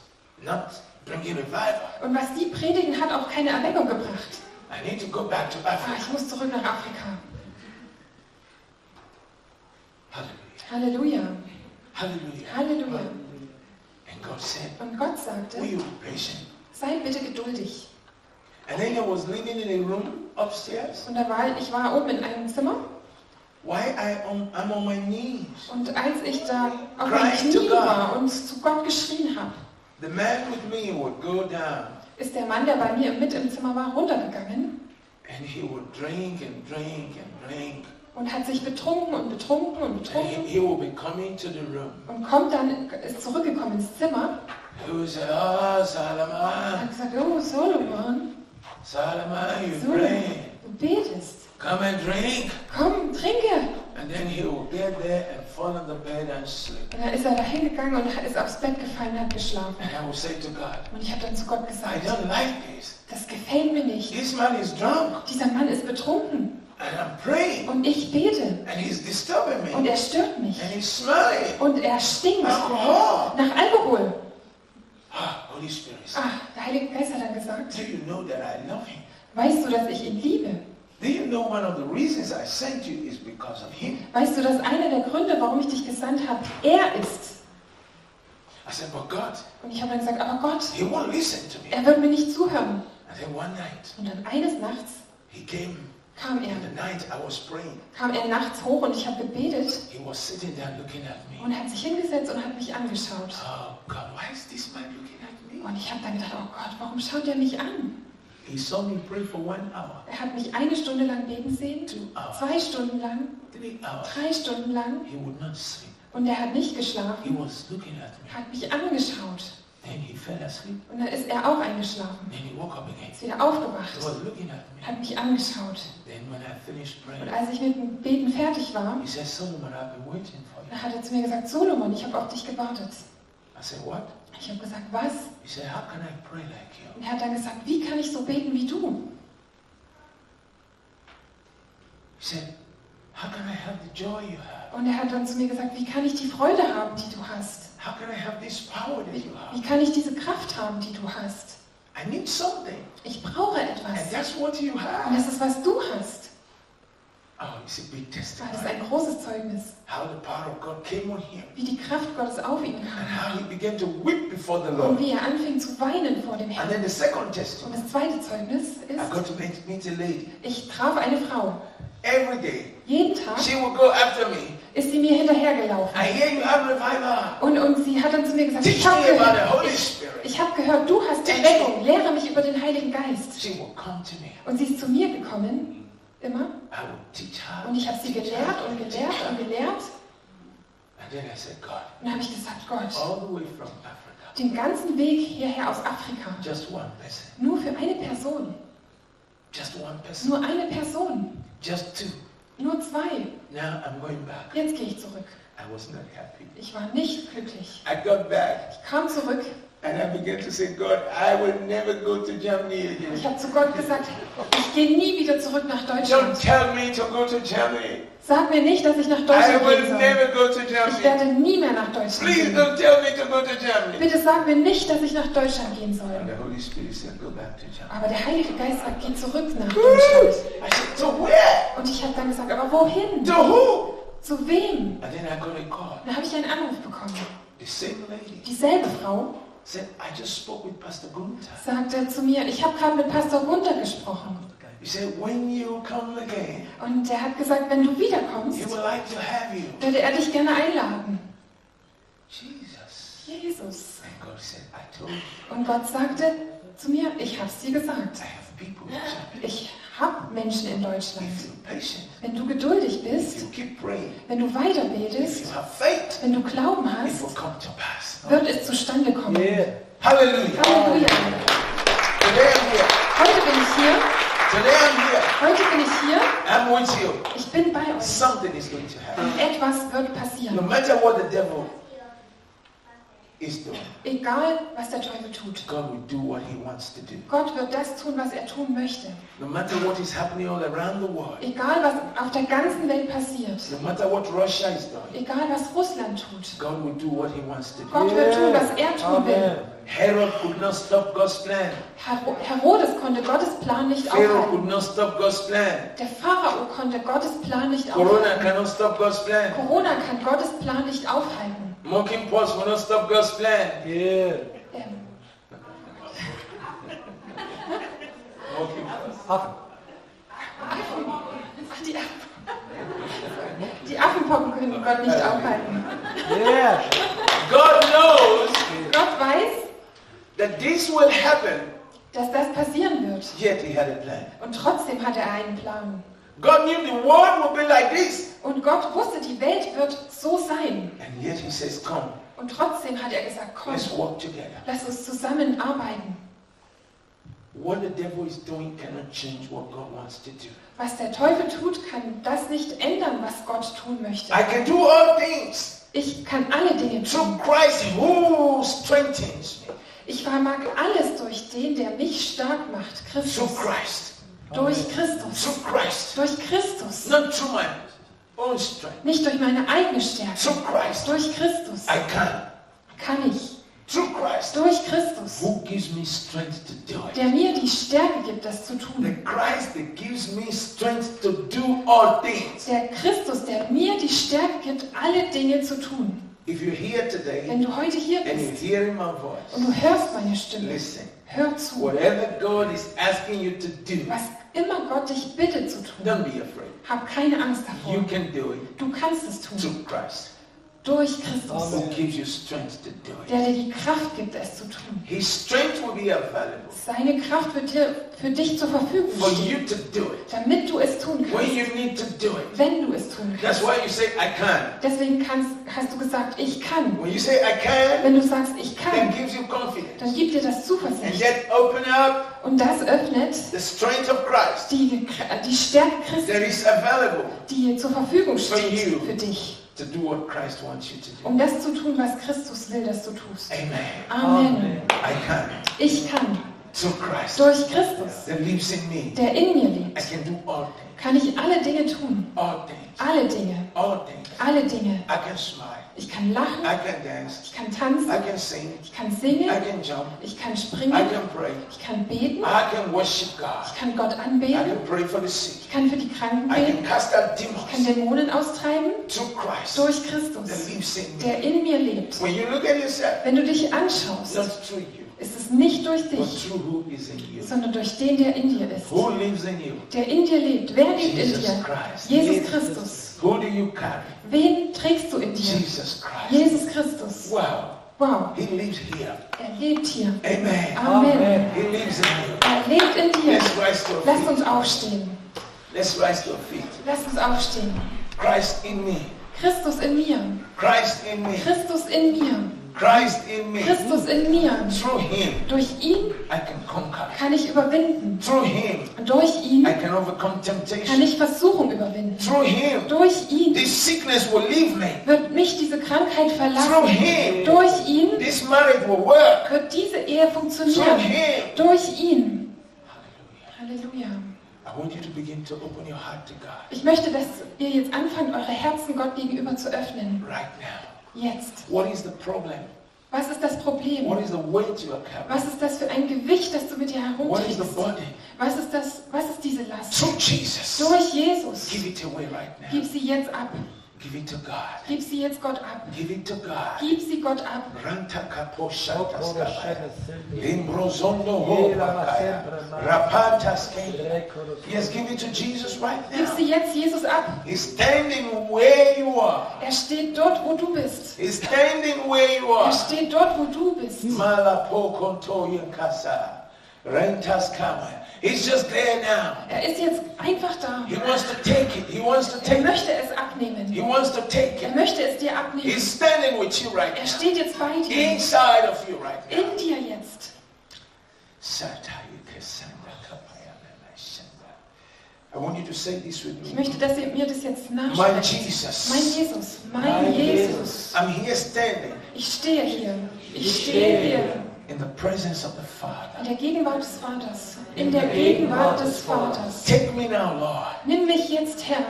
Speaker 1: not bringing revival.
Speaker 2: Und was die predigen, hat auch keine Erweckung gebracht.
Speaker 1: I need to go back to
Speaker 2: Ah,
Speaker 1: Africa.
Speaker 2: ich muss zurück nach Afrika.
Speaker 1: Hallelujah.
Speaker 2: Halleluja.
Speaker 1: Hallelujah.
Speaker 2: Halleluja.
Speaker 1: And God said,
Speaker 2: Und Gott
Speaker 1: Will
Speaker 2: sagte,
Speaker 1: you be patient?
Speaker 2: sei bitte geduldig.
Speaker 1: And then I was living in a room upstairs.
Speaker 2: Und da war ich war oben in einem Zimmer
Speaker 1: Why I on, I'm on my knees.
Speaker 2: und als ich da auf meinen
Speaker 1: Crying to
Speaker 2: Knien
Speaker 1: God.
Speaker 2: war und zu Gott geschrien habe,
Speaker 1: The man with me would go down
Speaker 2: ist der Mann, der bei mir mit im Zimmer war, runtergegangen
Speaker 1: and he would drink and drink and drink.
Speaker 2: und hat sich betrunken und betrunken und
Speaker 1: And he,
Speaker 2: betrunken
Speaker 1: he will be coming to the room.
Speaker 2: und kommt dann ist zurückgekommen ins Zimmer
Speaker 1: He will say, Oh,
Speaker 2: und
Speaker 1: Solomon,
Speaker 2: hat gesagt, oh Solomon,
Speaker 1: Solomon, you drink.
Speaker 2: Solomon, du betest,
Speaker 1: Come and drink.
Speaker 2: komm, trinke.
Speaker 1: And then he will get there and fall on the bed and sleep.
Speaker 2: Und dann ist er da hingegangen und ist aufs Bett gefallen und hat geschlafen.
Speaker 1: And I will say to God,
Speaker 2: Und ich habe dann zu Gott
Speaker 1: I
Speaker 2: gesagt,
Speaker 1: don't like this.
Speaker 2: das gefällt mir nicht.
Speaker 1: This man is drunk
Speaker 2: Dieser Mann ist betrunken
Speaker 1: and I'm praying
Speaker 2: und ich bete
Speaker 1: and he's disturbing
Speaker 2: und
Speaker 1: me
Speaker 2: er stört mich
Speaker 1: and he's smelling
Speaker 2: und er stinkt.
Speaker 1: alcohol.
Speaker 2: Nach Alkohol.
Speaker 1: Ah, Holy Spirit,
Speaker 2: Ah, der Heilige Geist hat dann gesagt,
Speaker 1: do you know that I love him?
Speaker 2: weißt du, dass ich ihn liebe?
Speaker 1: Do you know one of the reasons I sent you is because of him?
Speaker 2: Weißt du, dass einer der Gründe, warum ich dich gesandt habe, er ist?
Speaker 1: I said, but God,
Speaker 2: Und ich habe dann gesagt, aber Gott,
Speaker 1: he won't listen to me.
Speaker 2: er wird mir nicht zuhören.
Speaker 1: And then one night,
Speaker 2: Und dann eines Nachts
Speaker 1: he came
Speaker 2: kam
Speaker 1: in the
Speaker 2: er,
Speaker 1: night I was praying.
Speaker 2: kam er nachts hoch und ich habe gebetet
Speaker 1: He was sitting there looking at me.
Speaker 2: und hat sich hingesetzt und hat mich angeschaut.
Speaker 1: Oh God, why is this man looking at me?
Speaker 2: Und ich habe dann gedacht, oh Gott, warum schaut er mich an?
Speaker 1: He saw me pray for one hour,
Speaker 2: Er hat mich eine Stunde lang beten sehen,
Speaker 1: two hours,
Speaker 2: zwei Stunden lang,
Speaker 1: three hours.
Speaker 2: drei Stunden lang
Speaker 1: He would not sleep.
Speaker 2: und er hat nicht
Speaker 1: He
Speaker 2: geschlafen,
Speaker 1: was looking at me.
Speaker 2: hat mich angeschaut.
Speaker 1: Then he fell asleep.
Speaker 2: Und dann ist er auch eingeschlafen,
Speaker 1: Then he woke up again.
Speaker 2: ist wieder aufgewacht.
Speaker 1: He was looking at me.
Speaker 2: hat mich angeschaut.
Speaker 1: Then when I finished
Speaker 2: Und
Speaker 1: praying,
Speaker 2: als ich mit dem Beten fertig war,
Speaker 1: he said, Solomon, I've been waiting for you.
Speaker 2: hat er zu mir gesagt, Solomon, ich habe auf dich gewartet.
Speaker 1: I said, what?
Speaker 2: Ich habe gesagt, was?
Speaker 1: He said, how can I pray like you?
Speaker 2: Und er hat dann gesagt, wie kann ich so beten wie du?
Speaker 1: He said, how can I have the joy you have?
Speaker 2: Und er hat dann zu mir gesagt, wie kann ich die Freude haben, die du hast?
Speaker 1: How can I have this power that
Speaker 2: Wie,
Speaker 1: you
Speaker 2: wie
Speaker 1: have?
Speaker 2: kann ich diese Kraft haben, die du hast?
Speaker 1: I need something.
Speaker 2: Ich brauche
Speaker 1: And
Speaker 2: etwas.
Speaker 1: that's what you
Speaker 2: Und das
Speaker 1: have.
Speaker 2: ist, was du hast.
Speaker 1: Oh, it's a big
Speaker 2: Weil das ist
Speaker 1: testimony.
Speaker 2: ein großes Zeugnis,
Speaker 1: How the power of God came on him.
Speaker 2: wie die Kraft Gottes auf ihn
Speaker 1: And
Speaker 2: kam.
Speaker 1: how he began to weep before the
Speaker 2: Und
Speaker 1: Lord.
Speaker 2: wie er anfing zu weinen vor dem
Speaker 1: And
Speaker 2: Herrn.
Speaker 1: then the second
Speaker 2: Und
Speaker 1: testimony.
Speaker 2: das zweite Zeugnis
Speaker 1: I
Speaker 2: ist,
Speaker 1: got to meet, meet a lady.
Speaker 2: ich traf eine Frau.
Speaker 1: Every day,
Speaker 2: Jeden Tag
Speaker 1: she would go after me.
Speaker 2: ist sie mir hinterhergelaufen.
Speaker 1: I hear you have revival.
Speaker 2: Und, und sie hat dann zu mir gesagt,
Speaker 1: Teach
Speaker 2: ich habe
Speaker 1: me about the
Speaker 2: gehört,
Speaker 1: Holy
Speaker 2: ich,
Speaker 1: Spirit.
Speaker 2: ich hab gehört, du hast Erweckung, lehre mich über den Heiligen Geist.
Speaker 1: She would come to me.
Speaker 2: Und sie ist zu mir gekommen, immer,
Speaker 1: I would teach her.
Speaker 2: und ich habe sie
Speaker 1: teach her,
Speaker 2: gelehrt und
Speaker 1: teach
Speaker 2: gelehrt
Speaker 1: her.
Speaker 2: und gelehrt.
Speaker 1: And then I said, God,
Speaker 2: Und habe ich gesagt, Gott,
Speaker 1: all the way from Africa,
Speaker 2: den ganzen Weg hierher aus Afrika,
Speaker 1: just one person,
Speaker 2: nur für eine Person,
Speaker 1: just one person,
Speaker 2: nur eine Person,
Speaker 1: just two.
Speaker 2: nur zwei.
Speaker 1: Now I'm going back.
Speaker 2: Jetzt gehe ich zurück.
Speaker 1: I was not happy.
Speaker 2: Ich war nicht glücklich.
Speaker 1: I got back
Speaker 2: Ich kam zurück,
Speaker 1: and I began to say, God, I will never go to Germany
Speaker 2: ich
Speaker 1: again.
Speaker 2: habe zu Gott gesagt, ich gehe nie wieder zurück nach
Speaker 1: Don't
Speaker 2: Deutschland.
Speaker 1: tell me to go to Germany.
Speaker 2: Sag mir nicht, dass ich nach
Speaker 1: I
Speaker 2: Deutschland gehen
Speaker 1: will
Speaker 2: soll.
Speaker 1: never go to
Speaker 2: Ich
Speaker 1: Germany.
Speaker 2: werde nie mehr nach Deutschland
Speaker 1: Please
Speaker 2: gehen.
Speaker 1: don't tell me to go to Germany.
Speaker 2: Bitte sag mir nicht, dass ich nach Deutschland gehen
Speaker 1: And
Speaker 2: soll.
Speaker 1: the Holy Spirit said, go back to Germany.
Speaker 2: Aber der Heilige Geist sagt, geh zurück nach Deutschland.
Speaker 1: I said, to where?
Speaker 2: Und ich habe dann gesagt, aber wohin?
Speaker 1: To who?
Speaker 2: Zu wem?
Speaker 1: And then I got a call.
Speaker 2: Und Da habe ich einen Anruf bekommen.
Speaker 1: The same lady
Speaker 2: Dieselbe Frau
Speaker 1: said, I just spoke with Pastor Gunther.
Speaker 2: sagte zu mir, ich habe gerade mit Pastor Gunther gesprochen.
Speaker 1: He said, when you come again,
Speaker 2: Und er hat gesagt, wenn du
Speaker 1: he
Speaker 2: wiederkommst,
Speaker 1: would like to have you.
Speaker 2: würde er dich gerne einladen.
Speaker 1: Jesus.
Speaker 2: Jesus.
Speaker 1: And God said, I told you,
Speaker 2: Und Gott sagte zu mir, ich habe es dir
Speaker 1: I
Speaker 2: gesagt.
Speaker 1: have people in Germany.
Speaker 2: Ich habe Menschen in Deutschland.
Speaker 1: If you're patient,
Speaker 2: Wenn du geduldig
Speaker 1: if
Speaker 2: bist,
Speaker 1: you keep praying,
Speaker 2: wenn du
Speaker 1: if
Speaker 2: weiter
Speaker 1: you
Speaker 2: betest,
Speaker 1: have faith,
Speaker 2: wenn du Glauben
Speaker 1: it will
Speaker 2: hast,
Speaker 1: come to pass.
Speaker 2: wird es zustande kommen.
Speaker 3: Yeah.
Speaker 1: Hallelujah.
Speaker 2: Halleluja.
Speaker 1: Today I'm here.
Speaker 2: Heute bin ich hier.
Speaker 1: Today I'm here.
Speaker 2: Heute bin ich hier.
Speaker 1: I'm with you.
Speaker 2: Ich bin bei euch.
Speaker 1: Something is going to happen.
Speaker 2: Und etwas wird
Speaker 1: No
Speaker 2: passieren.
Speaker 1: matter what the devil is doing,
Speaker 2: Egal, was der Teufel tut.
Speaker 1: God will do what he wants to do.
Speaker 2: Gott wird das tun, was er tun möchte.
Speaker 1: No matter what is happening all around the world,
Speaker 2: Egal, was auf der ganzen Welt passiert.
Speaker 1: no matter what Russia is doing,
Speaker 2: Egal, was Russland tut.
Speaker 1: God will do what he wants to do.
Speaker 2: Gott wird tun, was er tun will.
Speaker 3: Amen.
Speaker 1: Herod could not stop God's plan.
Speaker 2: Her- Herodes konnte Gottes Plan nicht
Speaker 1: Pharaoh
Speaker 2: aufhalten.
Speaker 1: could not stop God's plan.
Speaker 2: Der Pharao konnte Gottes Plan nicht
Speaker 1: Corona
Speaker 2: aufhalten.
Speaker 1: cannot stop God's plan.
Speaker 2: Corona kann Gottes Plan nicht aufhalten.
Speaker 1: Monkeypox will not stop God's plan.
Speaker 3: Yeah.
Speaker 2: Ähm,
Speaker 1: Monkeypox.
Speaker 3: Up.
Speaker 2: Affen. Ach, die Affen. Die Affenpocken können Gott nicht aufhalten.
Speaker 3: Yeah.
Speaker 1: God knows
Speaker 2: Gott weiß,
Speaker 1: that this will happen,
Speaker 2: dass das passieren wird.
Speaker 1: yet he had a plan.
Speaker 2: Und trotzdem hatte er einen Plan.
Speaker 1: God knew the world would be like this,
Speaker 2: Und Gott wusste, die Welt wird so sein.
Speaker 1: and yet he says, Come,
Speaker 2: Und trotzdem hat er gesagt, komm,
Speaker 1: let's work together.
Speaker 2: lass uns zusammenarbeiten.
Speaker 1: What the devil is doing cannot change what God wants to do.
Speaker 2: Was der Teufel tut, kann das nicht ändern, was Gott tun möchte.
Speaker 1: I can do all things
Speaker 2: Ich kann alle Dinge
Speaker 1: through
Speaker 2: tun.
Speaker 1: Christ who strengthens me.
Speaker 2: Ich vermag alles durch den, der mich stark macht.
Speaker 1: Through
Speaker 2: Christus.
Speaker 1: Christ.
Speaker 2: Durch Christus.
Speaker 1: Through Christ.
Speaker 2: Durch Christus.
Speaker 1: Not through my own strength.
Speaker 2: Nicht durch meine eigene Stärke.
Speaker 1: Through Christ.
Speaker 2: Durch Christus
Speaker 1: I can.
Speaker 2: kann ich.
Speaker 1: Through Christ.
Speaker 2: Durch Christus,
Speaker 1: Who gives me strength to do it?
Speaker 2: der mir die Stärke gibt, das zu
Speaker 1: The
Speaker 2: tun.
Speaker 1: Christ that gives me strength to do all things.
Speaker 2: Der Christus, der mir die Stärke gibt, alle Dinge zu tun.
Speaker 1: If you're here
Speaker 2: Wenn
Speaker 1: today
Speaker 2: du heute hier
Speaker 1: and you're
Speaker 2: bist
Speaker 1: hearing my
Speaker 2: und du
Speaker 1: voice,
Speaker 2: hörst meine Stimme,
Speaker 1: listen.
Speaker 2: hör zu.
Speaker 1: Whatever God is asking you to do,
Speaker 2: Was immer Gott dich bittet zu tun,
Speaker 1: don't be afraid.
Speaker 2: hab keine Angst
Speaker 1: You
Speaker 2: davor.
Speaker 1: can do it
Speaker 2: Du kannst es tun.
Speaker 1: through Christ.
Speaker 2: Durch Christus,
Speaker 1: Who gives you strength to do it?
Speaker 2: der dir die Kraft gibt, es zu tun.
Speaker 1: His strength will be available
Speaker 2: Seine Kraft wird dir für dich zur Verfügung
Speaker 1: for
Speaker 2: stehen,
Speaker 1: you to do it
Speaker 2: damit du es tun
Speaker 1: when
Speaker 2: kannst,
Speaker 1: you need to do it.
Speaker 2: wenn du es tun
Speaker 1: That's
Speaker 2: kannst.
Speaker 1: why you say, I can.
Speaker 2: Deswegen kannst, hast du gesagt, ich kann.
Speaker 1: When you say, I can,
Speaker 2: Wenn du sagst, ich kann,
Speaker 1: that gives you confidence.
Speaker 2: dann gibt dir das
Speaker 1: And
Speaker 2: Zuversicht.
Speaker 1: yet, open up
Speaker 2: Und das öffnet
Speaker 1: the strength of Christ
Speaker 2: die, Gekr- äh, die Stärke
Speaker 1: that
Speaker 2: Christi,
Speaker 1: is available
Speaker 2: die zur Verfügung
Speaker 1: For you.
Speaker 2: steht für dich.
Speaker 1: to do what Christ wants you to do.
Speaker 2: um das zu tun, was Christus will, dass du tust.
Speaker 1: Amen.
Speaker 2: Amen.
Speaker 1: I can
Speaker 2: Ich kann
Speaker 1: through Christ
Speaker 2: durch Christus,
Speaker 1: that lives in me.
Speaker 2: der in mir
Speaker 1: I
Speaker 2: lebt,
Speaker 1: can do all things.
Speaker 2: kann ich alle Dinge tun.
Speaker 1: All things.
Speaker 2: Alle Dinge.
Speaker 1: All things.
Speaker 2: Alle Dinge.
Speaker 1: I can smile.
Speaker 2: Ich kann
Speaker 1: I
Speaker 2: lachen.
Speaker 1: can dance.
Speaker 2: Ich kann tanzen.
Speaker 1: I can sing.
Speaker 2: Ich kann
Speaker 1: I
Speaker 2: singen.
Speaker 1: can jump.
Speaker 2: Ich kann
Speaker 1: I
Speaker 2: springen.
Speaker 1: can pray.
Speaker 2: Ich kann beten.
Speaker 1: I can worship God.
Speaker 2: Ich kann Gott
Speaker 1: I
Speaker 2: anbeten.
Speaker 1: can pray for the sick.
Speaker 2: Ich kann für die Kranken
Speaker 1: I
Speaker 2: beten.
Speaker 1: can cast out
Speaker 2: Ich kann
Speaker 1: demons
Speaker 2: Dämonen austreiben.
Speaker 1: through Christ
Speaker 2: Durch
Speaker 1: that
Speaker 2: Christus,
Speaker 1: lives in me.
Speaker 2: der in mir lebt.
Speaker 1: When you look at yourself,
Speaker 2: Wenn du dich anschaust,
Speaker 1: not through you,
Speaker 2: ist es nicht durch
Speaker 1: but
Speaker 2: dich,
Speaker 1: through who is in you.
Speaker 2: sondern durch den, der in dir ist.
Speaker 1: Who lives in you?
Speaker 2: Der in dir lebt. Wer lebt in
Speaker 1: Jesus
Speaker 2: dir?
Speaker 1: Christ.
Speaker 2: Jesus Christus.
Speaker 1: Who do you carry?
Speaker 2: Wen trägst du in dir?
Speaker 1: Jesus Christ.
Speaker 2: Jesus Christus.
Speaker 1: Wow.
Speaker 2: Wow,
Speaker 1: He lives here.
Speaker 2: er lebt hier.
Speaker 1: Amen.
Speaker 2: Amen.
Speaker 1: He lives in you.
Speaker 2: Er lebt in dir.
Speaker 1: Let's rise to our
Speaker 2: Lasst uns
Speaker 1: feet.
Speaker 2: aufstehen.
Speaker 1: Let's rise to our feet.
Speaker 2: Lasst uns aufstehen.
Speaker 1: Christ in me.
Speaker 2: Christus in mir.
Speaker 1: Christ in me.
Speaker 2: Christus in mir.
Speaker 1: Christ in me.
Speaker 2: Christus in mir.
Speaker 1: Through him,
Speaker 2: Durch ihn
Speaker 1: I can conquer.
Speaker 2: kann ich überwinden.
Speaker 1: Through him,
Speaker 2: Durch ihn
Speaker 1: I can overcome
Speaker 2: kann
Speaker 1: temptation.
Speaker 2: ich Versuchung überwinden.
Speaker 1: Through him,
Speaker 2: Durch ihn
Speaker 1: this sickness will leave me.
Speaker 2: wird mich diese Krankheit
Speaker 1: Through
Speaker 2: verlassen.
Speaker 1: him,
Speaker 2: Durch ihn
Speaker 1: this marriage will work.
Speaker 2: wird diese Ehe
Speaker 1: Through
Speaker 2: funktionieren.
Speaker 1: him.
Speaker 2: Durch ihn. Halleluja.
Speaker 1: I want you to begin to open your heart to God
Speaker 2: Ich möchte, dass ihr jetzt anfangt, eure Herzen Gott gegenüber zu öffnen.
Speaker 1: right now.
Speaker 2: Jetzt.
Speaker 1: What is the problem?
Speaker 2: Was ist das Problem?
Speaker 1: What is the weight you are carrying?
Speaker 2: Was ist das für ein Gewicht, das du mit dir
Speaker 1: What is the
Speaker 2: herumträgst?
Speaker 1: burden?
Speaker 2: Was ist das? Was ist diese Last?
Speaker 1: Through Jesus,
Speaker 2: Durch Jesus.
Speaker 1: give it away right now.
Speaker 2: Gib sie jetzt ab.
Speaker 1: Give it to God.
Speaker 2: Gib sie jetzt Gott ab.
Speaker 1: Give it to God.
Speaker 2: Gib sie Gott ab.
Speaker 1: Ranta kapo shatas kabaya.
Speaker 3: Yes,
Speaker 1: Limbrozondo ho bakaya. Rapatas ke. Yes, give it to Jesus right
Speaker 2: Gib
Speaker 1: now.
Speaker 2: sie jetzt Jesus ab.
Speaker 1: He's standing where you are.
Speaker 2: Er steht dort, wo du bist.
Speaker 1: He's standing where you
Speaker 2: Er
Speaker 1: are.
Speaker 2: steht dort, wo du bist.
Speaker 1: Hm. Malapo kontoyen kasa. Rentas kama. He's just there now.
Speaker 2: Er ist jetzt einfach da.
Speaker 1: He wants to take it. He wants to
Speaker 2: Er
Speaker 1: take it.
Speaker 2: möchte es
Speaker 1: He
Speaker 2: abnehmen.
Speaker 1: wants to take
Speaker 2: Er
Speaker 1: it.
Speaker 2: möchte es dir abnehmen.
Speaker 1: He's standing with you right
Speaker 2: Er
Speaker 1: now.
Speaker 2: steht jetzt bei dir.
Speaker 1: Inside of you right now.
Speaker 2: In dir jetzt.
Speaker 1: I want you to say this with
Speaker 2: Ich
Speaker 1: me.
Speaker 2: möchte, dass ihr mir das jetzt
Speaker 1: My
Speaker 2: nachschaut. Mein
Speaker 1: Jesus.
Speaker 2: Jesus, mein Jesus.
Speaker 1: I'm here standing
Speaker 2: Ich stehe hier. Ich stehe hier.
Speaker 1: in the presence of the
Speaker 2: In
Speaker 1: Father.
Speaker 2: der Gegenwart des Vaters. In der Gegenwart des Vaters.
Speaker 1: Take me now, Lord.
Speaker 2: Nimm mich jetzt her.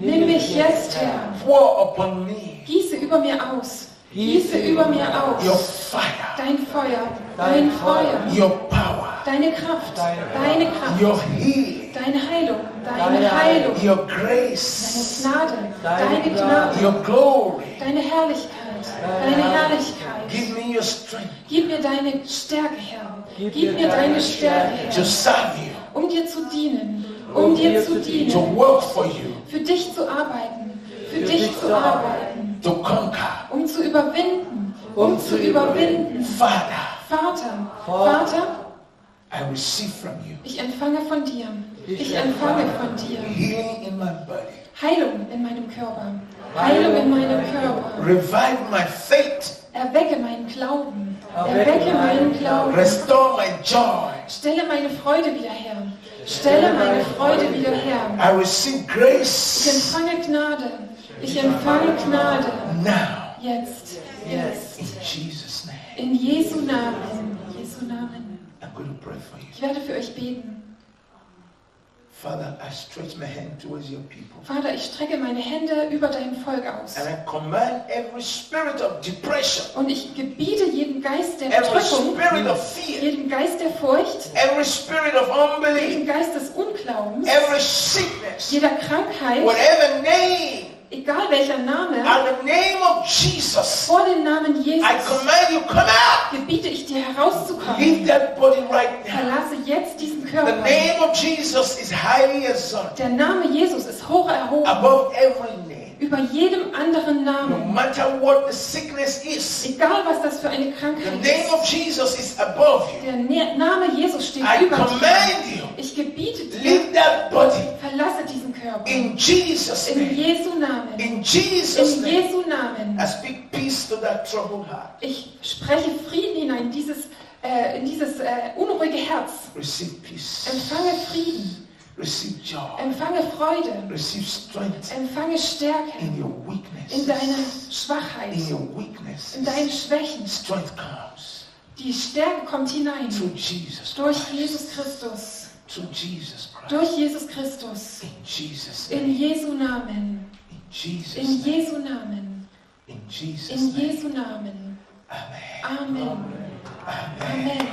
Speaker 2: Nimm mich jetzt her.
Speaker 1: Pour upon me
Speaker 2: Gieße über mir aus. Gieße über mir
Speaker 1: your
Speaker 2: aus.
Speaker 1: fire,
Speaker 2: Dein Feuer. Dein Feuer.
Speaker 1: your power,
Speaker 2: Deine Kraft. Deine Kraft.
Speaker 1: your healing,
Speaker 2: Deine Heilung. Deine Heilung.
Speaker 1: your
Speaker 2: Deine
Speaker 1: grace,
Speaker 2: Gnade. Deine Gnade.
Speaker 1: your glory.
Speaker 2: Deine Herrlichkeit, deine Herrlichkeit.
Speaker 1: Give me your strength
Speaker 2: Gib mir deine Stärke, Herr. Gib mir deine Stärke,
Speaker 1: to
Speaker 2: Herr,
Speaker 1: serve you,
Speaker 2: um dir zu dienen, um dir zu
Speaker 1: to
Speaker 2: dienen,
Speaker 1: work for you,
Speaker 2: für dich zu arbeiten, für dich zu arbeiten,
Speaker 1: to conquer.
Speaker 2: um zu überwinden, um zu überwinden.
Speaker 1: Father,
Speaker 2: Vater, Vater,
Speaker 1: I receive from you
Speaker 2: ich empfange von dir, ich empfange von dir
Speaker 1: healing in my body.
Speaker 2: Heilung in meinem Körper, Heilung in meinem Körper.
Speaker 1: Revive my faith.
Speaker 2: Erwecke meinen Glauben, erwecke meinen Glauben.
Speaker 1: Restore my joy.
Speaker 2: Stelle meine Freude wieder her. Stelle meine Freude wieder her.
Speaker 1: I receive
Speaker 2: Ich
Speaker 1: grace
Speaker 2: empfange Gnade. Ich empfange Gnade.
Speaker 1: now.
Speaker 2: Jetzt. Jetzt.
Speaker 1: In Jesus' name.
Speaker 2: In Jesu Namen. Jesu Namen.
Speaker 1: I'm going to pray for you.
Speaker 2: Ich werde für euch beten.
Speaker 1: Father, I stretch my hand towards your people.
Speaker 2: Vater, ich strecke meine Hände über dein Volk aus.
Speaker 1: And I command every spirit of depression,
Speaker 2: Und ich gebiete jedem Geist der
Speaker 1: every
Speaker 2: Erdrückung,
Speaker 1: spirit of fear,
Speaker 2: jedem Geist der Furcht,
Speaker 1: every spirit of unbelief,
Speaker 2: jedem Geist des Unglaubens,
Speaker 1: every sickness,
Speaker 2: jeder Krankheit,
Speaker 1: whatever name,
Speaker 2: egal welcher Name,
Speaker 1: at the name of Jesus,
Speaker 2: vor dem Namen
Speaker 1: I
Speaker 2: Jesus
Speaker 1: command you come out.
Speaker 2: gebiete ich dir herauszukommen.
Speaker 1: Leave that body right now.
Speaker 2: Verlasse jetzt diesen
Speaker 1: The
Speaker 2: Körper.
Speaker 1: name of Jesus is highly exalted
Speaker 2: Der Name Jesus ist hoch erhoben
Speaker 1: above every name.
Speaker 2: über jedem anderen
Speaker 1: No
Speaker 2: Namen.
Speaker 1: matter what the sickness is,
Speaker 2: Egal was das für eine
Speaker 1: the
Speaker 2: Krankheit
Speaker 1: name
Speaker 2: ist.
Speaker 1: of Jesus is above you.
Speaker 2: Der Ne- Name Jesus steht
Speaker 1: I
Speaker 2: über dir.
Speaker 1: command you,
Speaker 2: Ich gebiete dir,
Speaker 1: leave that body
Speaker 2: verlasse diesen Körper.
Speaker 1: in Jesus'
Speaker 2: In
Speaker 1: name.
Speaker 2: Jesu Namen.
Speaker 1: In
Speaker 2: In
Speaker 1: Jesus' name.
Speaker 2: Jesu Namen.
Speaker 1: I speak peace to that troubled heart.
Speaker 2: Ich spreche Frieden hinein in dieses, äh, in dieses äh, unruhige Herz.
Speaker 1: Receive peace.
Speaker 2: Empfange Frieden.
Speaker 1: Receive joy.
Speaker 2: Empfange Freude.
Speaker 1: Receive strength
Speaker 2: Empfange Stärke
Speaker 1: in your
Speaker 2: in deiner
Speaker 1: weakness.
Speaker 2: Schwachheit,
Speaker 1: In your
Speaker 2: in
Speaker 1: weakness.
Speaker 2: deinen Schwächen.
Speaker 1: Strength comes
Speaker 2: Die Stärke kommt hinein
Speaker 1: through Jesus.
Speaker 2: durch
Speaker 1: Christ.
Speaker 2: Jesus Christus.
Speaker 1: Through Jesus Christ.
Speaker 2: Durch Jesus Christus.
Speaker 1: In Jesus'
Speaker 2: In
Speaker 1: name.
Speaker 2: Jesu Namen.
Speaker 1: In Jesus'
Speaker 2: In
Speaker 1: name.
Speaker 2: Jesu Namen.
Speaker 1: In
Speaker 2: In
Speaker 1: Jesus' name.
Speaker 2: Jesu Namen.
Speaker 1: Amen.
Speaker 2: Amen.
Speaker 1: Amen.
Speaker 2: Amen.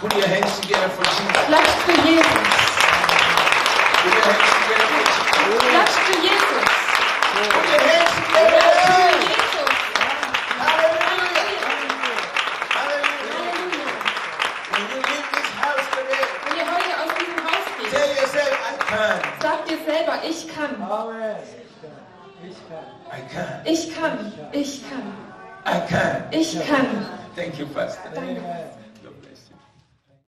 Speaker 1: Put your hands together for Jesus.
Speaker 2: Klatscht für Jesus.
Speaker 1: Put your hands together for Jesus.
Speaker 2: Klatscht für Jesus.
Speaker 1: Put your hands together for
Speaker 2: Für
Speaker 1: Jesus.
Speaker 2: Jesus.
Speaker 1: Hallelujah. Hallelujah.
Speaker 2: Halleluja.
Speaker 1: When you leave this house today,
Speaker 2: Wenn ihr heute aus diesem Haus geht,
Speaker 1: tell yourself, I can.
Speaker 2: sagt ihr selber, ich kann.
Speaker 3: Amen. Ich kann.
Speaker 1: I can.
Speaker 2: Ich kann. Ich kann.
Speaker 1: I can.
Speaker 2: Ich kann.
Speaker 1: Thank you, Pastor.
Speaker 2: Danke.
Speaker 3: Amen.